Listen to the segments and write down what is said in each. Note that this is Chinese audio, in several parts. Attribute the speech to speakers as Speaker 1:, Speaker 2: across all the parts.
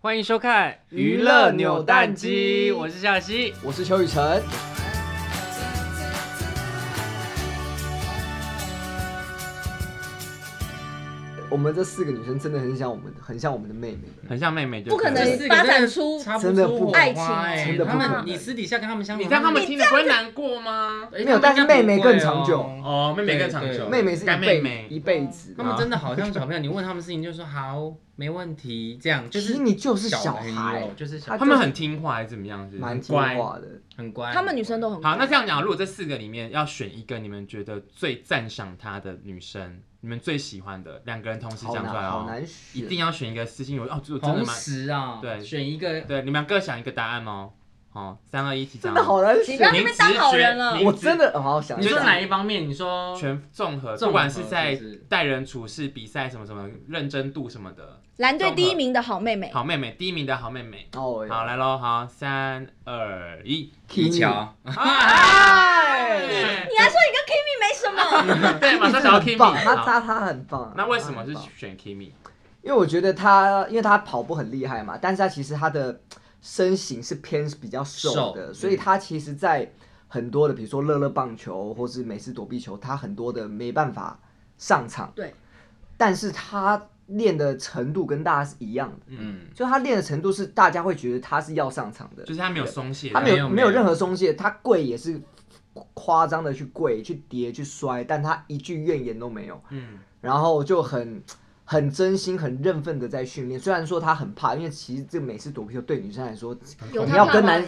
Speaker 1: 欢迎收看《
Speaker 2: 娱乐扭蛋机
Speaker 1: 我是夏曦。
Speaker 2: 我是邱雨辰。我们这四个女生真的很像我们，很像我们的妹妹。
Speaker 1: 很像妹妹就
Speaker 3: 不可
Speaker 1: 对了
Speaker 3: 能发展出
Speaker 2: 真的不
Speaker 3: 爱情
Speaker 2: 真的不
Speaker 4: 啊他
Speaker 2: 可
Speaker 4: 们
Speaker 2: 能
Speaker 4: 你私底下跟他们相处，
Speaker 1: 你让他们听了不会难过吗？
Speaker 4: 哎
Speaker 2: 没有但是妹妹更长久
Speaker 4: 他们应该不会哦
Speaker 1: 哦，妹妹更长
Speaker 4: 对
Speaker 1: 久，
Speaker 4: 对
Speaker 2: 妹妹是一
Speaker 1: 干妹
Speaker 2: 辈
Speaker 1: 妹，
Speaker 2: 一辈子。啊
Speaker 4: 他们真的好像小朋友，你问他们事情就说好，没问题，这样就
Speaker 2: 其
Speaker 4: 是
Speaker 2: 实你就是小
Speaker 4: 朋
Speaker 2: 孩
Speaker 4: 友，就是小
Speaker 2: 他
Speaker 1: 他们很听话还是怎么样子？
Speaker 2: 蛮听
Speaker 1: 乖。
Speaker 2: 话的。
Speaker 4: 很乖。
Speaker 3: 他们女生都很
Speaker 1: 好，那这样讲，如果这四个里面要选一个你们觉得最赞赏她的女生，你们最喜欢的，两个人同时
Speaker 2: 好
Speaker 1: 讲
Speaker 2: 难，
Speaker 1: 出来
Speaker 2: 好
Speaker 1: 哦，
Speaker 2: 难
Speaker 1: 一
Speaker 2: 选。
Speaker 1: 定要选一个私信我哦，这我真的
Speaker 4: 同
Speaker 1: 蛮
Speaker 4: 时啊，
Speaker 1: 对
Speaker 4: 选一个
Speaker 1: 对，你们各想一个答案哦，哦，三二一起讲
Speaker 2: 真
Speaker 1: 哦，
Speaker 2: 的好难
Speaker 3: 你
Speaker 2: 选
Speaker 3: 不。要在
Speaker 1: 凭
Speaker 3: 那边当
Speaker 1: 直
Speaker 3: 好
Speaker 1: 觉
Speaker 3: 人了
Speaker 1: 凭
Speaker 2: 我
Speaker 1: 直
Speaker 2: 真的哦好好想一
Speaker 4: 你说
Speaker 2: 想。
Speaker 4: 哪一方面？你说
Speaker 1: 全综合，
Speaker 4: 综合
Speaker 1: 不管是在
Speaker 4: 是不是
Speaker 1: 待人处事、比赛什么什么认真度什么的。
Speaker 3: 蓝队第一名的好妹妹，
Speaker 1: 好妹妹，第一名的好妹妹。
Speaker 2: 哦，
Speaker 1: 好，来喽，好，三二一，
Speaker 4: 皮乔，
Speaker 2: 哎，
Speaker 3: 你还说你跟 Kimi 没什么？
Speaker 1: 对，马上想要 Kimi
Speaker 2: 棒，他
Speaker 1: 好。
Speaker 2: 他他很棒。
Speaker 1: 那为什么是
Speaker 2: 他很棒
Speaker 1: 选 Kimi？
Speaker 2: 因为我觉得他，因为他跑步很厉害嘛，但是他其实他的身形是偏比较瘦的，
Speaker 4: 瘦
Speaker 2: 所以他其实，在很多的比如说乐乐棒球或是美式躲避球，他很多的没办法上场。
Speaker 3: 对，
Speaker 2: 但是他练的程度跟大家是一样的，
Speaker 4: 嗯，
Speaker 2: 就他练的程度是大家会觉得他是要上场的
Speaker 1: 就，是他没有松懈，
Speaker 2: 他没有
Speaker 4: 没有
Speaker 2: 没有任何松懈，他跪也是夸张的去跪、去跌、去摔，但他一句怨言都没有。
Speaker 1: 嗯，
Speaker 2: 然后就很很真心、很认份的在训练。虽然说他很怕，因为其实这个美式躲避球对女生来说，
Speaker 3: 有
Speaker 2: 你
Speaker 3: 他
Speaker 2: 要
Speaker 3: 怕
Speaker 2: 跟
Speaker 3: 吗
Speaker 2: 男？，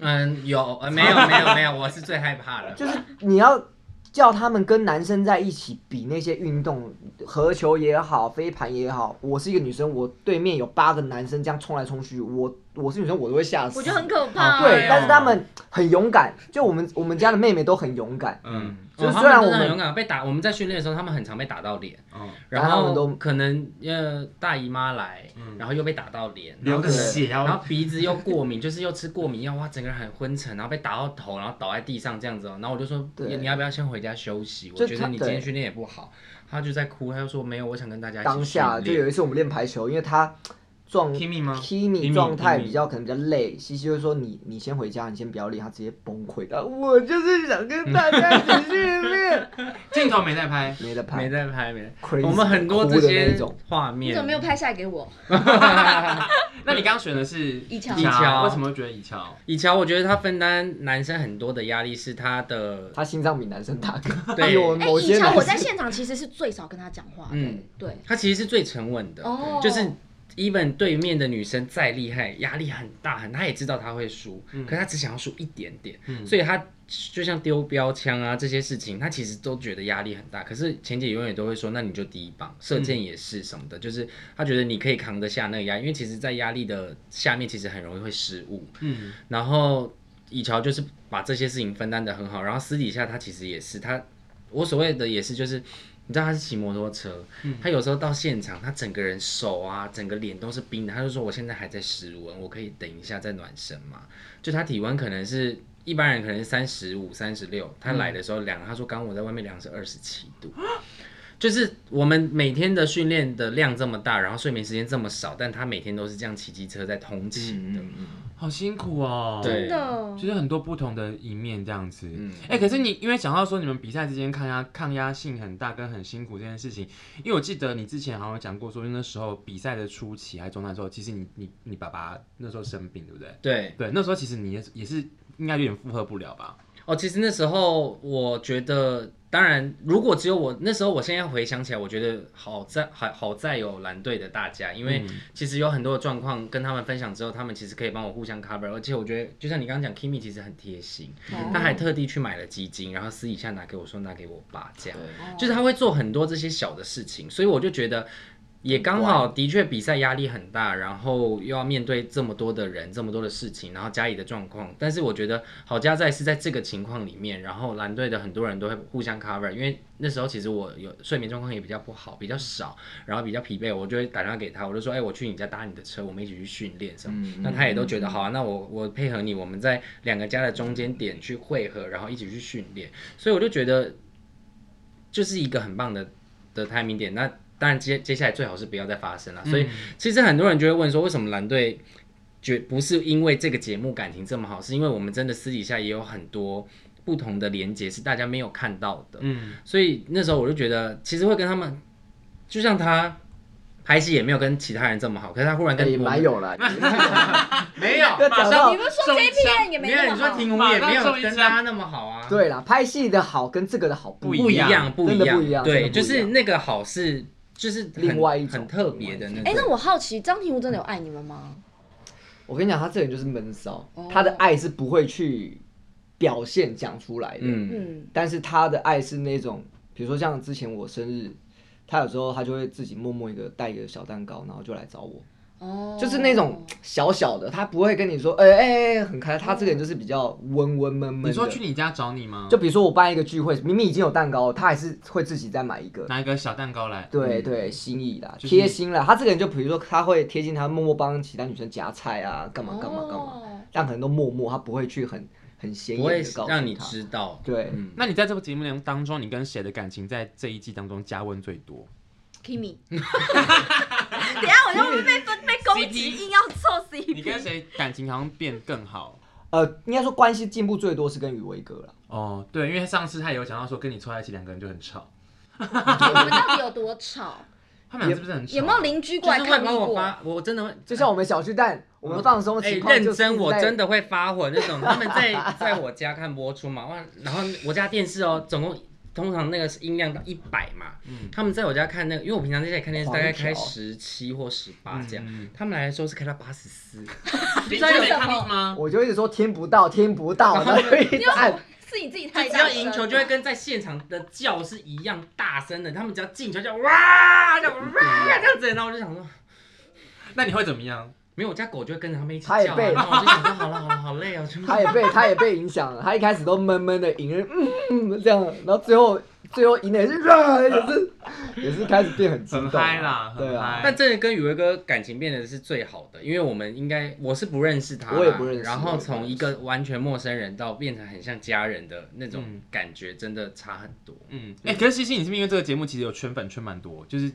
Speaker 4: 嗯，有呃没有没有没有，我是最害怕的，
Speaker 2: 就是你要叫他们跟男生在一起比那些运动，合球也好，飞盘也好。我是一个女生，我对面有八个男生这样冲来冲去，我我是女生，我都会吓死。
Speaker 3: 我觉得很可怕。
Speaker 4: 好哎
Speaker 2: 对
Speaker 4: 呦，
Speaker 2: 但是他们很勇敢，就我们我们家的妹妹都很勇敢，
Speaker 1: 嗯，
Speaker 2: 就是
Speaker 4: 哦他
Speaker 2: 虽然
Speaker 4: 们真的很
Speaker 2: 我们
Speaker 4: 勇敢被打，我们在训练的时候，他们很常被打到脸，
Speaker 1: 哦，
Speaker 2: 然后
Speaker 4: 然
Speaker 2: 他们都
Speaker 4: 后可能呃大姨妈来，然后又被打到脸，然
Speaker 1: 嗯流
Speaker 4: 后
Speaker 1: 个血，然
Speaker 4: 然
Speaker 1: 后
Speaker 4: 后鼻子又过敏， 就是又吃过敏药，哇，整个人很昏沉，然后被打到头，然后倒在地上这样子、哦。然后我就说，
Speaker 2: 对
Speaker 4: 你要不要先回家休息？
Speaker 2: 就
Speaker 4: 我觉得
Speaker 2: 他
Speaker 4: 你今天
Speaker 2: 对
Speaker 4: 训练也不好。他就在哭，他就说没有，我想跟大家一起
Speaker 2: 当下
Speaker 4: 训
Speaker 2: 就
Speaker 4: 练
Speaker 2: 有一次我们练排球，因为他状
Speaker 1: Kimi 吗
Speaker 2: Kimi
Speaker 1: Kimi，
Speaker 2: 状态
Speaker 1: Kimi
Speaker 2: 比较可能比较累，西西就说你你先回家，你先不要练，他直接崩溃的。 我就是想跟大家一起训 练，
Speaker 1: 镜头没在拍，
Speaker 2: 没得
Speaker 4: 没
Speaker 2: 拍，
Speaker 4: 在拍，没在
Speaker 2: Crazy，
Speaker 4: 我们很多这
Speaker 2: 哭的
Speaker 4: 些
Speaker 2: 那种
Speaker 4: 画
Speaker 3: 你
Speaker 4: 面，
Speaker 3: 怎么没有？拍下来给我？
Speaker 1: 那你刚刚选的是
Speaker 3: 以乔
Speaker 1: 以
Speaker 4: 以乔
Speaker 1: 为什么会觉得以乔？
Speaker 4: 以前我觉得他分担男生很多的压力是他的，
Speaker 2: 他心脏比男生大哥，
Speaker 4: 对
Speaker 2: 比我们
Speaker 3: 哎，
Speaker 2: 某
Speaker 3: 以
Speaker 2: 些男
Speaker 3: 前我
Speaker 2: 生
Speaker 3: 在现场其实是最少跟他讲话的
Speaker 4: 嗯，
Speaker 3: 对，
Speaker 4: 他其实是最沉稳的，
Speaker 3: 哦
Speaker 4: 就是。even 对面的女生再厉害，压力很大很，他也知道他会输，可他只想要输一点点，所以他就像丢标枪啊这些事情，他其实都觉得压力很大。可是钱姐永远都会说，那你就第一棒，射箭也是什么的，就是他觉得你可以扛得下那个压力，因为其实，在压力的下面，其实很容易会失误。
Speaker 1: 嗯，
Speaker 4: 然后以乔就是把这些事情分担的很好，然后私底下他其实也是他，我所谓的也是就是，你知道他是骑摩托车，他有时候到现场，他整个人手啊，整个脸都是冰的，他就说我现在还在室温，我可以等一下再暖身嘛，就他体温可能是。一般人可能是三十五、三十六，他来的时候量，他说刚刚我在外面量是二十七度，就是我们每天的训练的量这么大，然后睡眠时间这么少，但他每天都是这样骑机车在通勤的，
Speaker 2: 嗯
Speaker 1: 好辛苦哦。
Speaker 4: 对
Speaker 3: 真的
Speaker 1: 就是很多不同的一面这样子。嗯
Speaker 4: 嗯，
Speaker 1: 哎、可是你因为讲到说你们比赛之间抗压抗压性很大跟很辛苦这件事情，因为我记得你之前好像有讲过说，因为那时候比赛的初期还中断的时候，其实你你你爸爸那时候生病，对不对？
Speaker 4: 对，
Speaker 1: 对，那时候其实你也是也是应该有点负荷不了吧？
Speaker 4: 哦，其实那时候我觉得，当然，如果只有我那时候，我现在回想起来，我觉得好在好好在有蓝队的大家，因为其实有很多的状况跟他们分享之后，他们其实可以帮我互相 cover，而且我觉得就像你刚刚讲，Kimi 其实很贴心，
Speaker 3: 哦
Speaker 4: 他还特地去买了基金，然后私底下拿给我说拿给我爸这样，
Speaker 3: 哦
Speaker 4: 就是他会做很多这些小的事情，所以我就觉得。也刚好，的确比赛压力很大，然后又要面对这么多的人、这么多的事情，然后家里的状况。但是我觉得好家在是在这个情况里面，然后蓝队的很多人都会互相 cover，因为那时候其实我有睡眠状况也比较不好，比较少，然后比较疲惫，我就会打电话给他，我就说，哎、我去你家搭你的车，我们一起去训练
Speaker 2: 嗯
Speaker 4: 什么。那嗯他也都觉得好啊，那我我配合你，我们在两个家的中间点去汇合，然后一起去训练。所以我就觉得就是一个很棒的的 timing 点。那当然接接下来最好是不要再发生了。
Speaker 2: 嗯
Speaker 4: 所以其实很多人就会问说，为什么蓝队绝不是因为这个节目感情这么好，是因为我们真的私底下也有很多不同的连接是大家没有看到的。
Speaker 1: 嗯，
Speaker 4: 所以那时候我就觉得，其实会跟他们，就像他拍戏也没有跟其他人这么好，可是他忽然跟
Speaker 2: 也
Speaker 4: 我们
Speaker 2: 哎蛮有 了，
Speaker 4: 没有
Speaker 2: 要
Speaker 1: 马
Speaker 2: 讲
Speaker 1: 上
Speaker 2: 到
Speaker 3: 你们说 JPN 也没
Speaker 4: 有，
Speaker 3: 那
Speaker 4: 你
Speaker 3: 么
Speaker 4: 说
Speaker 3: 好，
Speaker 4: 婷舞也没
Speaker 1: 马上
Speaker 4: 有
Speaker 1: 中一枪
Speaker 4: 跟大家那么好啊。
Speaker 2: 对啦，拍戏的好跟这个的好不
Speaker 1: 不
Speaker 2: 一
Speaker 4: 不一
Speaker 1: 样
Speaker 4: 样，不一
Speaker 2: 真的
Speaker 4: 样，
Speaker 2: 不一样
Speaker 4: 对，
Speaker 2: 真的不
Speaker 4: 就
Speaker 2: 一样
Speaker 4: 是那个好是就是很
Speaker 2: 另外一种
Speaker 4: 很特别的那
Speaker 3: 哎、那
Speaker 4: 种。
Speaker 3: 我好奇，张庭如真的有爱你们吗？
Speaker 2: 我跟你讲，他这个人就是闷骚
Speaker 3: 哦，
Speaker 2: 他的爱是不会去表现讲出来的，
Speaker 4: 嗯，
Speaker 3: 嗯，
Speaker 2: 但是他的爱是那种，比如说像之前我生日，他有时候他就会自己默默一个带一个小蛋糕，然后就来找我，
Speaker 3: 哦，
Speaker 2: 嗯就是那种小小的，他不会跟你说，哎哎哎，很开，他这个人就是比较温温闷闷
Speaker 1: 你
Speaker 2: 的。
Speaker 1: 说去你家找你吗？
Speaker 2: 就比如说我办一个聚会，明明已经有蛋糕，他还是会自己再买一个。
Speaker 1: 拿一个小蛋糕来，
Speaker 2: 对
Speaker 4: 嗯
Speaker 2: 对，心意啦，
Speaker 1: 就是
Speaker 2: 贴心啦。他这个人就比如说，他会贴心，他默默帮其他女生夹菜啊，干
Speaker 3: 哦
Speaker 2: 嘛干嘛干
Speaker 1: 哦
Speaker 2: 嘛，
Speaker 3: 嘛。
Speaker 2: 但可能都默默，他不会去很很显
Speaker 3: 嗯
Speaker 4: 不会
Speaker 2: 眼的告诉
Speaker 4: 让你
Speaker 2: 他。
Speaker 4: 知道。
Speaker 2: 对
Speaker 4: 嗯，
Speaker 1: 那你在这个节目当中，你跟谁的感情在这一季当中加温最多？
Speaker 3: Kimi，等一下我就会被分被攻击，
Speaker 1: CP
Speaker 3: 硬要凑 CP。
Speaker 1: 你跟？谁感情好像变更好？
Speaker 2: 呃，应该说关系进步最多是跟宇威哥啦。
Speaker 1: 哦，对，因为上次他也有讲到说，跟你凑在一起两个人就很吵，
Speaker 3: 你 们到底有多吵？
Speaker 1: 他们俩是不是很吵？
Speaker 3: 有没有邻居过
Speaker 4: 就
Speaker 3: 来
Speaker 4: 是会
Speaker 3: 看你
Speaker 4: 把我
Speaker 3: 过？
Speaker 4: 发，我真的会
Speaker 2: 就像我们小巨蛋，我们放松的
Speaker 4: 哎、
Speaker 2: 情况
Speaker 4: 认
Speaker 2: 就是
Speaker 4: 真，我真
Speaker 2: 的
Speaker 4: 的会发火那种。 他们在在我家看播出嘛，哇，然后我家电视哦，总共通常那个是音量到一百嘛，
Speaker 1: 嗯
Speaker 4: 他们在我家看那个，因为我平常在家里看电视大概
Speaker 2: 狂
Speaker 4: 开
Speaker 2: 调
Speaker 4: 十七或十八这样，
Speaker 1: 嗯
Speaker 4: 他们来的时候是开到八十四，
Speaker 1: 你
Speaker 3: 在
Speaker 1: 没
Speaker 3: 什么
Speaker 1: 看吗？
Speaker 2: 我就一直说听不到，听不到，然后就一直按。
Speaker 3: 是你自己
Speaker 4: 就
Speaker 3: 太
Speaker 4: 只
Speaker 3: 大
Speaker 4: 要
Speaker 3: 声
Speaker 4: 赢球就会跟在现场的叫是一样大声的，他们只要进球就哇，
Speaker 2: 嗯
Speaker 4: 就哇
Speaker 2: 啊
Speaker 4: 这样子，然后我就想说。
Speaker 1: 那你会怎么样？
Speaker 4: 没有，我家狗就会跟着他们一起叫、
Speaker 2: 它
Speaker 4: 啊，
Speaker 2: 也被
Speaker 4: 然后我就想说，好了好了，好累哦，全部
Speaker 2: 他也被他也被影响了，他一开始都闷闷的赢，嗯嗯这样，然后最后最后赢的也是啊，也是也是开始变很激动啊，
Speaker 1: 很嗨啦
Speaker 2: 对
Speaker 1: 很嗨
Speaker 2: 啊，
Speaker 4: 但真的跟宇威哥感情变得是最好的，因为我们应该我是不认识他啦，
Speaker 2: 我也不认识
Speaker 4: 然后从一个完全陌生人到变成很像家人的那种
Speaker 1: 嗯
Speaker 4: 感觉，真的差很多。
Speaker 1: 嗯，哎、可是西西，你是不是因为这个节目其实有圈粉圈蛮多，就是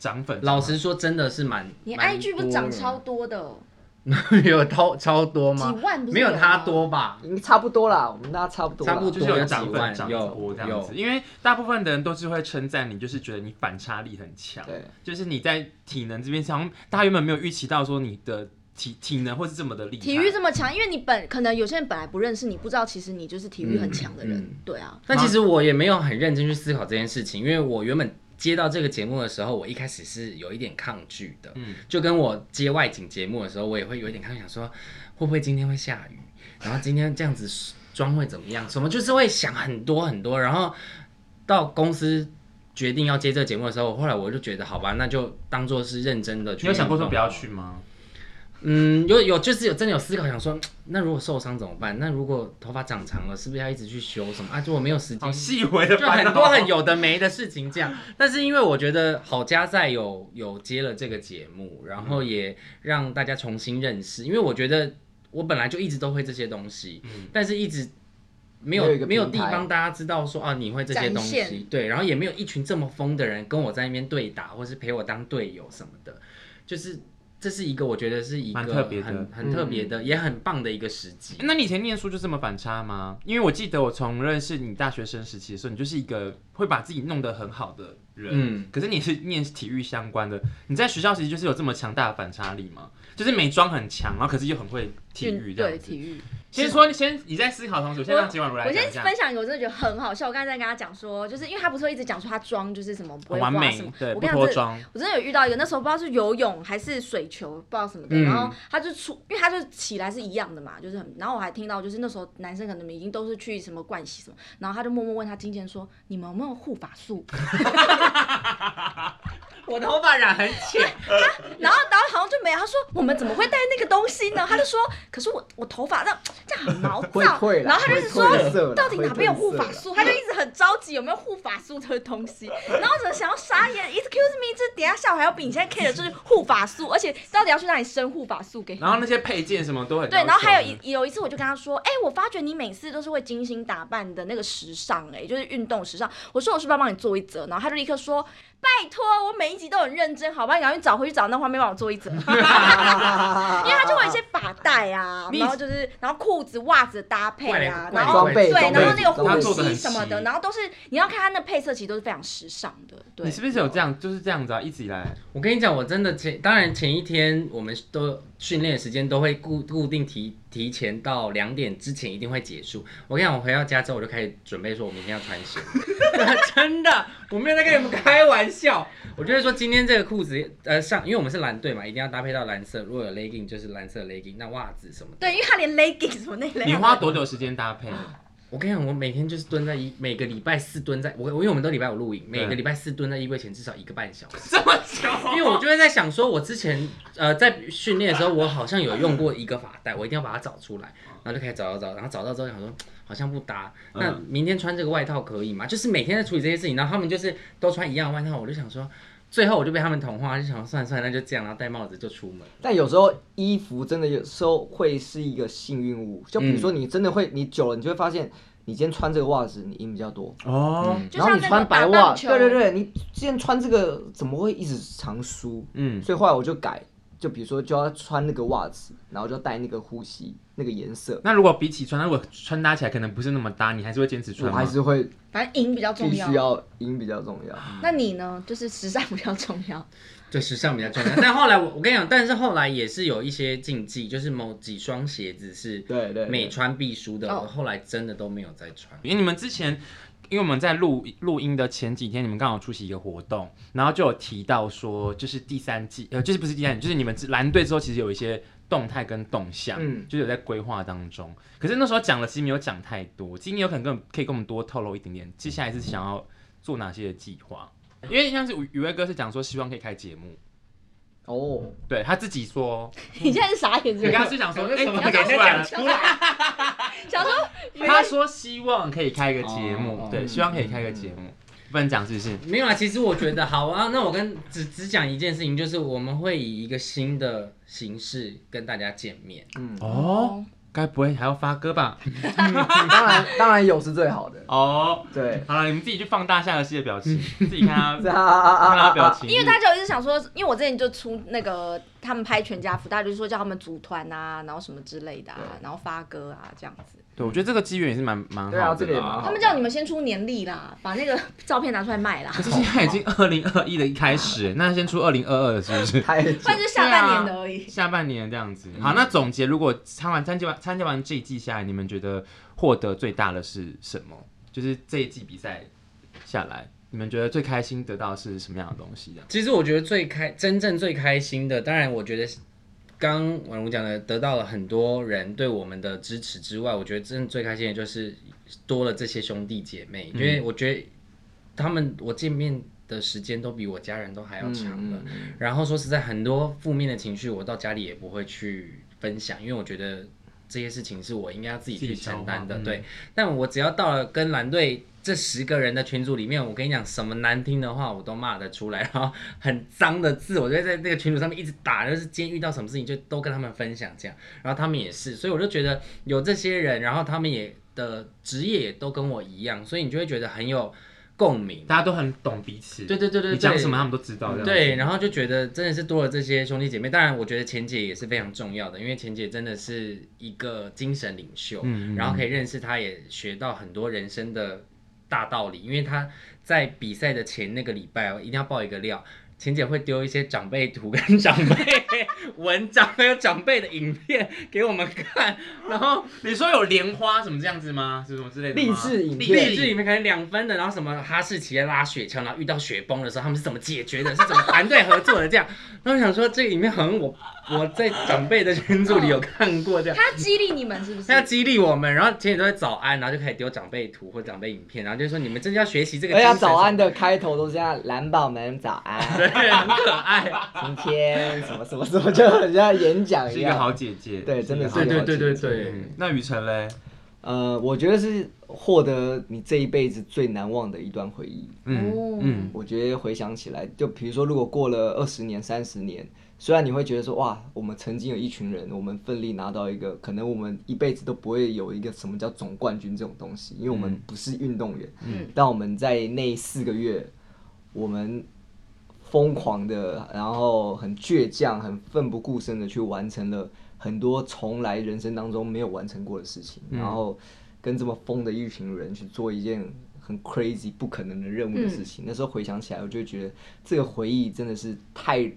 Speaker 1: 涨粉？
Speaker 4: 老实说，真的是蛮
Speaker 3: 你
Speaker 4: 蛮
Speaker 3: IG 不是涨超多的，哦
Speaker 4: 多人有超超多
Speaker 3: 几
Speaker 4: 吗？
Speaker 3: 万不是
Speaker 4: 没有
Speaker 3: 吗
Speaker 4: 他，多吧？
Speaker 2: 已经差不多啦，我们大家差不多啦，
Speaker 4: 差不多
Speaker 1: 就是有涨
Speaker 4: 多有
Speaker 1: 粉
Speaker 4: 几
Speaker 1: 涨
Speaker 4: 万
Speaker 1: 多这样
Speaker 4: 有
Speaker 1: 子，因为大部分的人都是会称赞你，就是觉得你反差力很强，
Speaker 2: 对，
Speaker 1: 就是你在体能这边，好像大家原本没有预期到说你的体体能会是这么的厉害，
Speaker 3: 体育这么强，因为你本可能有些人本来不认识你，不知道其实你就是体育很强的人，
Speaker 4: 嗯嗯
Speaker 3: 对啊，
Speaker 4: 但其实我也没有很认真去思考这件事情，因为我原本接到这个节目的时候，我一开始是有一点抗拒的，
Speaker 1: 嗯
Speaker 4: 就跟我接外景节目的时候，我也会有一点抗拒，想说会不会今天会下雨，然后今天这样子妆会怎么样，什么就是会想很多很多，然后到公司。决定要接这个节目的时候，后来我就觉得好吧，那就当做是认真的去。
Speaker 1: 你有想过说不要去？吗？
Speaker 4: 嗯，有有就是有真的有思考，想说嗯那如果受伤怎么办？那如果头发长长了，是不是要一直去修什么啊？如果没有时
Speaker 1: 好
Speaker 4: 间，
Speaker 1: 细微 的
Speaker 4: 就
Speaker 1: 烦恼，
Speaker 4: 很多很有的没的事情这样。但是因为我觉得好家在有有接了这个节目，然后也让大家重新认识，因为我觉得我本来就一直都会这些东西，
Speaker 1: 嗯
Speaker 4: 但是一直。没
Speaker 2: 没有
Speaker 4: 有
Speaker 2: 一个
Speaker 4: 没有
Speaker 2: 平
Speaker 4: 地
Speaker 2: 台
Speaker 4: 方大家知道说啊你会这些东
Speaker 3: 展
Speaker 4: 西
Speaker 3: 现，
Speaker 4: 对，然后也没有一群这么疯的人跟我在那边对打，或是陪我当队友什么的，就是这是一个我觉得是一个
Speaker 1: 蛮特别的
Speaker 4: 很很特别的、也很棒的一个时机。
Speaker 1: 那你以前念书就这么反差吗？因为我记得我从认识你大学生时期的时候，你就是一个会把自己弄得很好的人，
Speaker 4: 嗯
Speaker 1: 可是你是念体育相关的，你在学校时期就是有这么强大的反差力吗？就是美妆很强，然后可是又很会体育这
Speaker 3: 对
Speaker 1: 样子
Speaker 3: 体。育。
Speaker 1: 先说，先你在思考同时，我先让秦婉如来
Speaker 3: 我
Speaker 1: 讲
Speaker 3: 先
Speaker 1: 一下。
Speaker 3: 分享一个，我真的觉得很好笑。我刚才在跟他讲说，就是因为他不是会一直讲说他妆就是什么不会
Speaker 1: 很
Speaker 4: 哦
Speaker 1: 完
Speaker 3: 化
Speaker 1: 美
Speaker 3: 什么，，
Speaker 1: 对，
Speaker 3: 我
Speaker 1: 不
Speaker 3: 跟你
Speaker 1: 脱
Speaker 3: 讲，这
Speaker 1: 妆，
Speaker 3: 我真的有遇到一个，那时候不知道是游泳还是水球，不知道什么的，
Speaker 4: 嗯
Speaker 3: 然后他就出，因为他就起来是一样的嘛，就是很，然后我还听到就是那时候男生可能已经都是去什么盥洗什么，然后他就默默问他经纪人说，你们有没有护发素？
Speaker 4: 我头发染很浅，
Speaker 3: 然后然后好像就没有，他说我们怎么会带那个东西呢？他就说，可是我我头发这样这样很毛
Speaker 2: 会
Speaker 3: 躁，
Speaker 2: 退啦
Speaker 3: 然后他就是说
Speaker 2: 会褪色啦
Speaker 3: 到底哪边有护
Speaker 2: 会
Speaker 3: 发？
Speaker 2: 褪色啦
Speaker 3: 素？他就一直很着急有没有护发素这个东西，然后我只能想要傻眼，excuse me，这等一下下午还要比你现在 care 的就是护发素，而且到底要去哪里生护发素给你？
Speaker 1: 然后那些配件什么都很
Speaker 3: 对，
Speaker 1: 要
Speaker 3: 然后还有
Speaker 1: 求
Speaker 3: 一有一次我就跟他说，哎、我发觉你每次都是会精心打扮的那个时尚、哎，就是运动时尚。我说我是不是要帮你做一则？然后他就立刻说，拜托，我每一集都很认真，好吧？你赶快找回去找那画面，帮我做一则。 因
Speaker 2: 因
Speaker 3: 为它就会有一些发带啊，然后就是然后裤子、袜子的搭配
Speaker 4: 怪
Speaker 3: 啊
Speaker 4: 嘞，怪
Speaker 3: 然
Speaker 4: 嘞
Speaker 3: 后
Speaker 2: 装备，
Speaker 3: 对，
Speaker 2: 装备
Speaker 3: 然后那个
Speaker 1: 它
Speaker 3: 护
Speaker 1: 做得
Speaker 3: 膝
Speaker 1: 很
Speaker 3: 什么的，
Speaker 1: 细
Speaker 3: 然后都是你要看它那配色，其实都是非常时尚的。对
Speaker 1: 你是，不是有这样就是这样子啊？一直以来，
Speaker 4: 我跟你讲，我真的前当然前一天我们都训练的时间都会固固定提提前到两点之前一定会结束。我跟你讲，我回到家之后我就开始准备说我明天要穿鞋， 真的，我没有在跟你们开玩笑。我就是说今天这个裤子，呃，上因为我们是蓝队嘛，一定要搭配到蓝色，如果有 legging 就是蓝色 legging，那袜子什么的。
Speaker 3: 对，因为它连 legging 什么那一类的，
Speaker 1: 你花多久时间搭配？
Speaker 4: 我跟你讲，我每天就是蹲在衣，每个礼拜四蹲在我，我因为我们都礼拜五录影，每个礼拜四蹲在衣柜前至少一个半小时。
Speaker 1: 这么久？
Speaker 4: 因为我就会在想说，我之前呃在训练的时候，我好像有用过一个发带，我一定要把它找出来，然后就开始找找找，然后找到之后想说好像不搭，
Speaker 1: 嗯
Speaker 4: 那明天穿这个外套可以吗？就是每天在处理这些事情，然后他们就是都穿一样的外套，我就想说，最后我就被他们同化，就想说算了算了，那就这样，然后戴帽子就出门。
Speaker 2: 但有时候衣服真的有时候会是一个幸运物，就比如说你真的会，你久了你就会发现，你今天穿这个袜子你赢比较多，
Speaker 1: 哦，
Speaker 4: 嗯
Speaker 3: 就
Speaker 2: 然后
Speaker 3: 像
Speaker 2: 你
Speaker 3: 那个
Speaker 2: 穿白
Speaker 3: 打
Speaker 2: 袜，
Speaker 3: 棒球
Speaker 2: 对对对，你今天穿这个怎么会一直常输？
Speaker 1: 嗯，
Speaker 2: 所以后来我就改，就比如说就要穿那个袜子，然后就戴那个护膝那个颜色，
Speaker 1: 那如果比起穿，那如果穿搭起来可能不是那么搭，你还是会坚持
Speaker 2: 我
Speaker 1: 穿吗？
Speaker 2: 还是会
Speaker 3: 反正赢比较重
Speaker 2: 必须
Speaker 3: 要。
Speaker 2: 要赢比较重要。
Speaker 3: 那你呢？就是时尚比较重 要。
Speaker 4: 对，时尚比较重要。但后来我我跟你讲，但是后来也是有一些禁忌，就是某几双鞋子是
Speaker 2: 对对对
Speaker 4: 每穿必输的，
Speaker 3: 哦
Speaker 4: 我后来真的都没有再穿。
Speaker 1: 因为你们之前，因为我们在录录音的前几天，你们刚好出席一个活动，然后就有提到说，就是第三季，呃，就是不是第三季，就是你们之蓝队之后，其实有一些动态跟动向，
Speaker 2: 嗯
Speaker 1: 就是有在规划当中。可是那时候讲了，其实没有讲太多。今天有可能跟我们可以跟我们多透露一点点，接下来是想要做哪些的计划？因为像是宇宇威哥是讲说，希望可以开节目，
Speaker 2: 哦，
Speaker 1: 对他自己 说，哦
Speaker 3: 你现在是傻眼是
Speaker 1: 对，
Speaker 3: 不
Speaker 1: 他
Speaker 3: 是？
Speaker 1: 是想说，哎、
Speaker 4: 什么
Speaker 1: 你讲
Speaker 4: 给
Speaker 1: 出
Speaker 4: 人家
Speaker 1: 来
Speaker 4: 讲出
Speaker 1: 了。
Speaker 4: 来？
Speaker 3: 想说
Speaker 1: 他说希望可以开个节目，
Speaker 4: 哦
Speaker 1: 对，
Speaker 4: 嗯
Speaker 1: 希望可以开个节目，不能讲是不是？
Speaker 4: 没有啊，其实我觉得好啊，那我跟只只讲一件事情，就是我们会以一个新的形式跟大家见面。
Speaker 2: 嗯，
Speaker 1: 哦，该不会还要发歌 吧？
Speaker 2: 当然当然有是最好的，
Speaker 1: 哦，
Speaker 2: 对，
Speaker 1: 好了，你们自己去放大下游戏的表 情，自己看他
Speaker 2: 这啊啊啊
Speaker 1: 看
Speaker 2: 啊
Speaker 1: 他
Speaker 2: 啊
Speaker 1: 表
Speaker 2: 啊！
Speaker 1: 情，
Speaker 3: 因为大家有一直想说，因为我之前就出那个他们拍全家福，大家就说叫他们组团啊，然后什么之类的啊，然后发歌啊这样子。
Speaker 1: 对我觉得这个机缘也是蛮蛮好的
Speaker 2: 对
Speaker 1: 啦
Speaker 2: 啊这个也蛮
Speaker 1: 哦
Speaker 2: 好
Speaker 3: 他们叫你们先出年历啦， 把那个照片拿出来卖 啦，
Speaker 1: 可是现在已经二零二一的一开始，那先出二零二二的是不是？
Speaker 2: 太嗯
Speaker 3: 不然就是下半年的而已。
Speaker 1: 下半年这样子。嗯好，那总结，如果参完参加完参加完这一季下来，你们觉得获得最大的是什么？就是这一季比赛下来，你们觉得最开心得到的是什么样的东西？这样
Speaker 4: 其实我觉得最开真正最开心的，当然我觉得刚婉如讲的得到了很多人对我们的支持之外，我觉得真正最开心的就是多了这些兄弟姐妹，因
Speaker 2: 嗯
Speaker 4: 为我觉得他们我见面的时间都比我家人都
Speaker 2: 嗯
Speaker 4: 还要长了。然后说实在，很多负面的情绪我到家里也不会去分享，因为我觉得这些事情是我应该要自己去承担的。
Speaker 1: 自己消化嗯
Speaker 4: 对，但我只要到了跟蓝队这十个人的群组里面，我跟你讲，什么难听的话我都骂得出来，然后很脏的字，我就会在那个群组上面一直打，就是今天遇到什么事情就都跟他们分享这样，然后他们也是，所以我就觉得有这些人，然后他们也的职业也都跟我一样，所以你就会觉得很有共鸣。
Speaker 1: 大家都很懂彼此，
Speaker 4: 对对对对，
Speaker 1: 你讲
Speaker 4: 对
Speaker 1: 什么他们都知道。这样子
Speaker 4: 对，然后就觉得真的是多了这些兄弟姐妹。当然，我觉得钱姐也是非常重要的，因为钱姐真的是一个精神领袖，
Speaker 1: 嗯嗯
Speaker 4: 然后可以认识她，也学到很多人生的大道理。因为她在比赛的前那个礼拜哦，一定要爆一个料。钱姐会丢一些长辈图跟长辈 文章，还有长辈的影片给我们看，然后
Speaker 1: 你说有莲花什么这样子吗？什么之类的
Speaker 2: 励
Speaker 1: 吗
Speaker 2: 志影
Speaker 1: 励
Speaker 2: 片
Speaker 4: 励志里面可能两分的，然后什么哈士奇在拉雪橇，然后遇到雪崩的时候，他们是怎么解决的，是怎么团队合作的这样。然后我想说，这里面好像我我在长辈的群组里有看过这样。
Speaker 3: 他激励你们是不是
Speaker 4: 啊他？要激励我们，然后前几天都会早安，然后就开始丢长辈图或长辈影片，然后就说你们真的要学习 这个
Speaker 2: 而
Speaker 4: 精
Speaker 2: 且它
Speaker 4: 神。
Speaker 2: 哎早安，的开头都是这样，蓝宝们早
Speaker 4: 对，
Speaker 2: 安，
Speaker 4: 很可爱。
Speaker 2: 今天什么什么什么，就很像演讲
Speaker 1: 是
Speaker 2: 一
Speaker 1: 一个
Speaker 2: 样。
Speaker 1: 好姐姐，
Speaker 2: 对真的是
Speaker 1: 一
Speaker 4: 对对
Speaker 1: 个好姐
Speaker 4: 对
Speaker 1: 姐
Speaker 4: 对对，
Speaker 1: 嗯那雨辰嘞，
Speaker 2: 呃，我觉得是获得你这一辈子最难忘的一段回忆。
Speaker 1: 嗯
Speaker 3: 哦
Speaker 1: 嗯，
Speaker 2: 我觉得回想起来，就比如说，如果过了二十年、三十年，虽然你会觉得说，哇，我们曾经有一群人，我们奋力拿到一个，可能我们一辈子都不会有一个什么叫总冠军这种东西，因为我们不是运动员，
Speaker 3: 嗯
Speaker 2: 但我们在那四个月，我们疯狂的，然后很倔强、很奋不顾身的去完成了很多从来人生当中没有完成过的事情，然后跟这么疯的一群人去做一件很 crazy 不可能的任务的事情。那时候回想起来，我就觉得这个回忆真的是太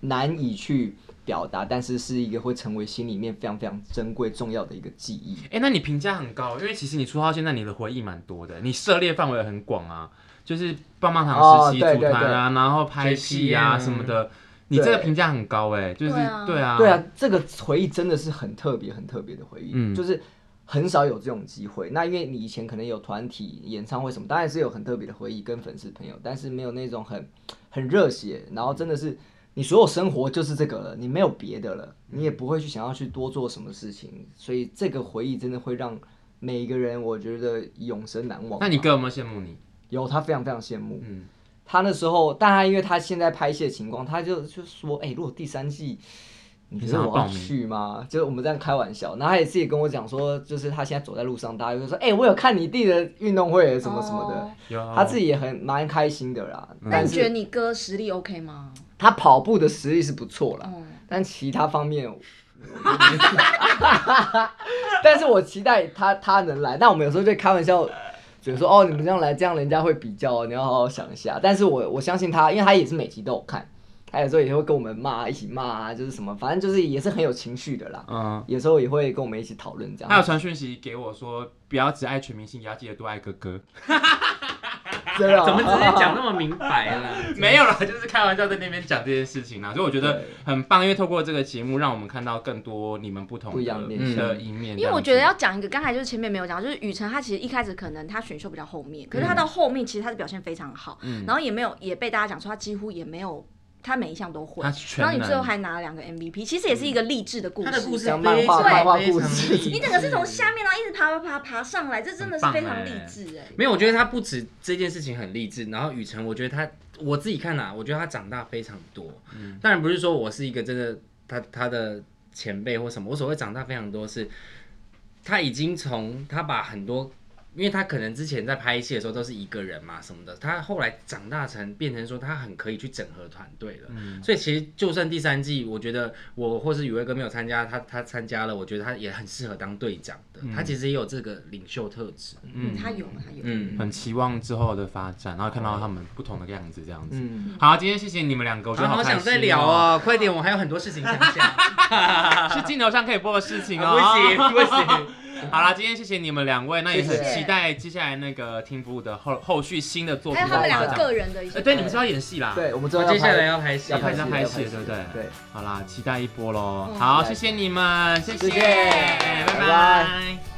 Speaker 2: 难以去表达，但是是一个会成为心里面非常非常珍贵重要的一个记忆。
Speaker 1: 哎、那你评价很高，因为其实你出道现在你的回忆蛮多的，你涉猎范围很广啊，就是棒棒糖时期
Speaker 2: 哦对
Speaker 1: 组团啊，然后拍戏
Speaker 4: JP
Speaker 1: 啊
Speaker 4: 啊
Speaker 1: 什么的，你这个评价很高哎、就是
Speaker 3: 对啊
Speaker 1: 对啊，
Speaker 2: 对啊，这个回忆真的是很特别、很特别的回忆，
Speaker 1: 嗯
Speaker 2: 就是很少有这种机会。那因为你以前可能有团体演唱会什么，当然是有很特别的回忆跟粉丝朋友，但是没有那种很很热血，然后真的是你所有生活就是这个了，你没有别的了，你也不会去想要去多做什么事情，所以这个回忆真的会让每一个人我觉得永生难忘吧。啊
Speaker 1: 那你哥有没有羡慕你？
Speaker 2: 有他非常非常羡慕，
Speaker 1: 嗯
Speaker 2: 他那时候，但他因为他现在拍戏的情况，他就就说，哎、如果第三季，你觉得我要去吗？就是我们这样开玩笑，然后他也自己跟我讲说，就是他现在走在路上，大家就说，哎、我有看你弟的运动会什么什么的，
Speaker 3: 哦
Speaker 1: 有
Speaker 2: 他自己也很蛮开心的啦。
Speaker 3: 那
Speaker 2: 但
Speaker 3: 你觉得
Speaker 2: 是
Speaker 3: 你哥实力 OK 吗？
Speaker 2: 他跑步的实力是不错啦，
Speaker 3: 嗯，
Speaker 2: 但其他方面， 但是我期待他他能来。但我们有时候就开玩笑，觉得说哦，你们这样来，这样人家会比较，你要好好想一下。但是我我相信他，因为他也是每集都有看，他有时候也会跟我们骂，一起骂啊，就是什么，反正就是也是很有情绪的啦。
Speaker 1: 嗯，
Speaker 2: 有时候也会跟我们一起讨论这
Speaker 1: 他有
Speaker 4: 啊
Speaker 2: 样，
Speaker 1: 传讯息给我说，不要只爱全明星，也要记得多爱哥哥。
Speaker 2: 真的哦
Speaker 4: 怎么直接讲那么明白啊 了？
Speaker 1: 没有啦，就是开玩笑在那边讲这件事情啦，所以我觉得
Speaker 2: 对
Speaker 1: 很棒，因为透过这个节目，让我们看到更多你们不同
Speaker 2: 不一样的面
Speaker 1: 的
Speaker 2: 向
Speaker 1: 的一面。
Speaker 3: 因为我觉得要讲一个，刚才就是前面没有讲，就是雨辰他其实一开始可能他选秀比较后面，可是他到后面其实他的表现非常好，然后也没有也被大家讲说他几乎也没有他每一项都会
Speaker 1: 他，全
Speaker 3: 然后你
Speaker 1: 能
Speaker 3: 最后还拿了两个 MVP，其实也是一个励志的故
Speaker 4: 他的故
Speaker 3: 事。
Speaker 4: 事
Speaker 2: 讲漫画
Speaker 4: 非常
Speaker 2: 漫画
Speaker 4: 非
Speaker 2: 故
Speaker 4: 常
Speaker 2: 事
Speaker 4: 励志
Speaker 3: 你整个是从下面然后一直爬爬爬爬上来，这真的是非常励志哎、
Speaker 4: 没有，我觉得他不止这件事情很励志，然后雨辰，我觉得他我自己看啊，我觉得他长大非常多。当然不是说我是一个真的他他的前辈或什么，我所谓长大非常多是，他已经从他把很多。因为他可能之前在拍戏的时候都是一个人嘛什么的，他后来长大成变成说他很可以去整合团队了，
Speaker 1: 嗯
Speaker 4: 所以其实就算第三季，我觉得我或是宇威哥没有参加，他他参加了，我觉得他也很适合当队长的，他其实也有这个领袖特质，
Speaker 3: 嗯，他有他有，
Speaker 4: 嗯，
Speaker 1: 很期望之后的发展，然后看到他们不同的样子，这样子。
Speaker 2: 嗯，
Speaker 1: 好，今天谢谢你们两个，我觉得
Speaker 4: 啊好
Speaker 1: 啊好开心、
Speaker 4: 想再聊
Speaker 1: 哦，
Speaker 4: 哦，快点，我还有很多事情想 讲。
Speaker 1: 是镜头上可以播的事情 哦。
Speaker 4: 啊不行不行。
Speaker 1: 好啦，今天谢谢你们两位，那也很
Speaker 2: 谢
Speaker 3: 谢
Speaker 1: 期待接下来那个听服务的后后续新的作品。
Speaker 3: 还有他们两
Speaker 1: 大
Speaker 3: 个
Speaker 1: 家
Speaker 3: 个人的一些，
Speaker 1: 呃，对，你们是要演戏啦。
Speaker 2: 对，我们之后
Speaker 4: 我
Speaker 2: 要
Speaker 4: 接下来
Speaker 2: 拍，
Speaker 4: 要拍戏
Speaker 2: 要
Speaker 4: 了，
Speaker 1: 拍
Speaker 2: 戏
Speaker 1: 要
Speaker 2: 要
Speaker 1: 拍
Speaker 2: 拍
Speaker 1: 戏了，
Speaker 2: 戏
Speaker 1: 对不对？
Speaker 2: 对。
Speaker 1: 好啦，期待一波喽。
Speaker 3: 嗯
Speaker 1: 好，
Speaker 2: 期待
Speaker 1: 谢谢你们，谢
Speaker 2: 谢谢
Speaker 1: 拜
Speaker 2: 拜
Speaker 1: 拜
Speaker 2: 拜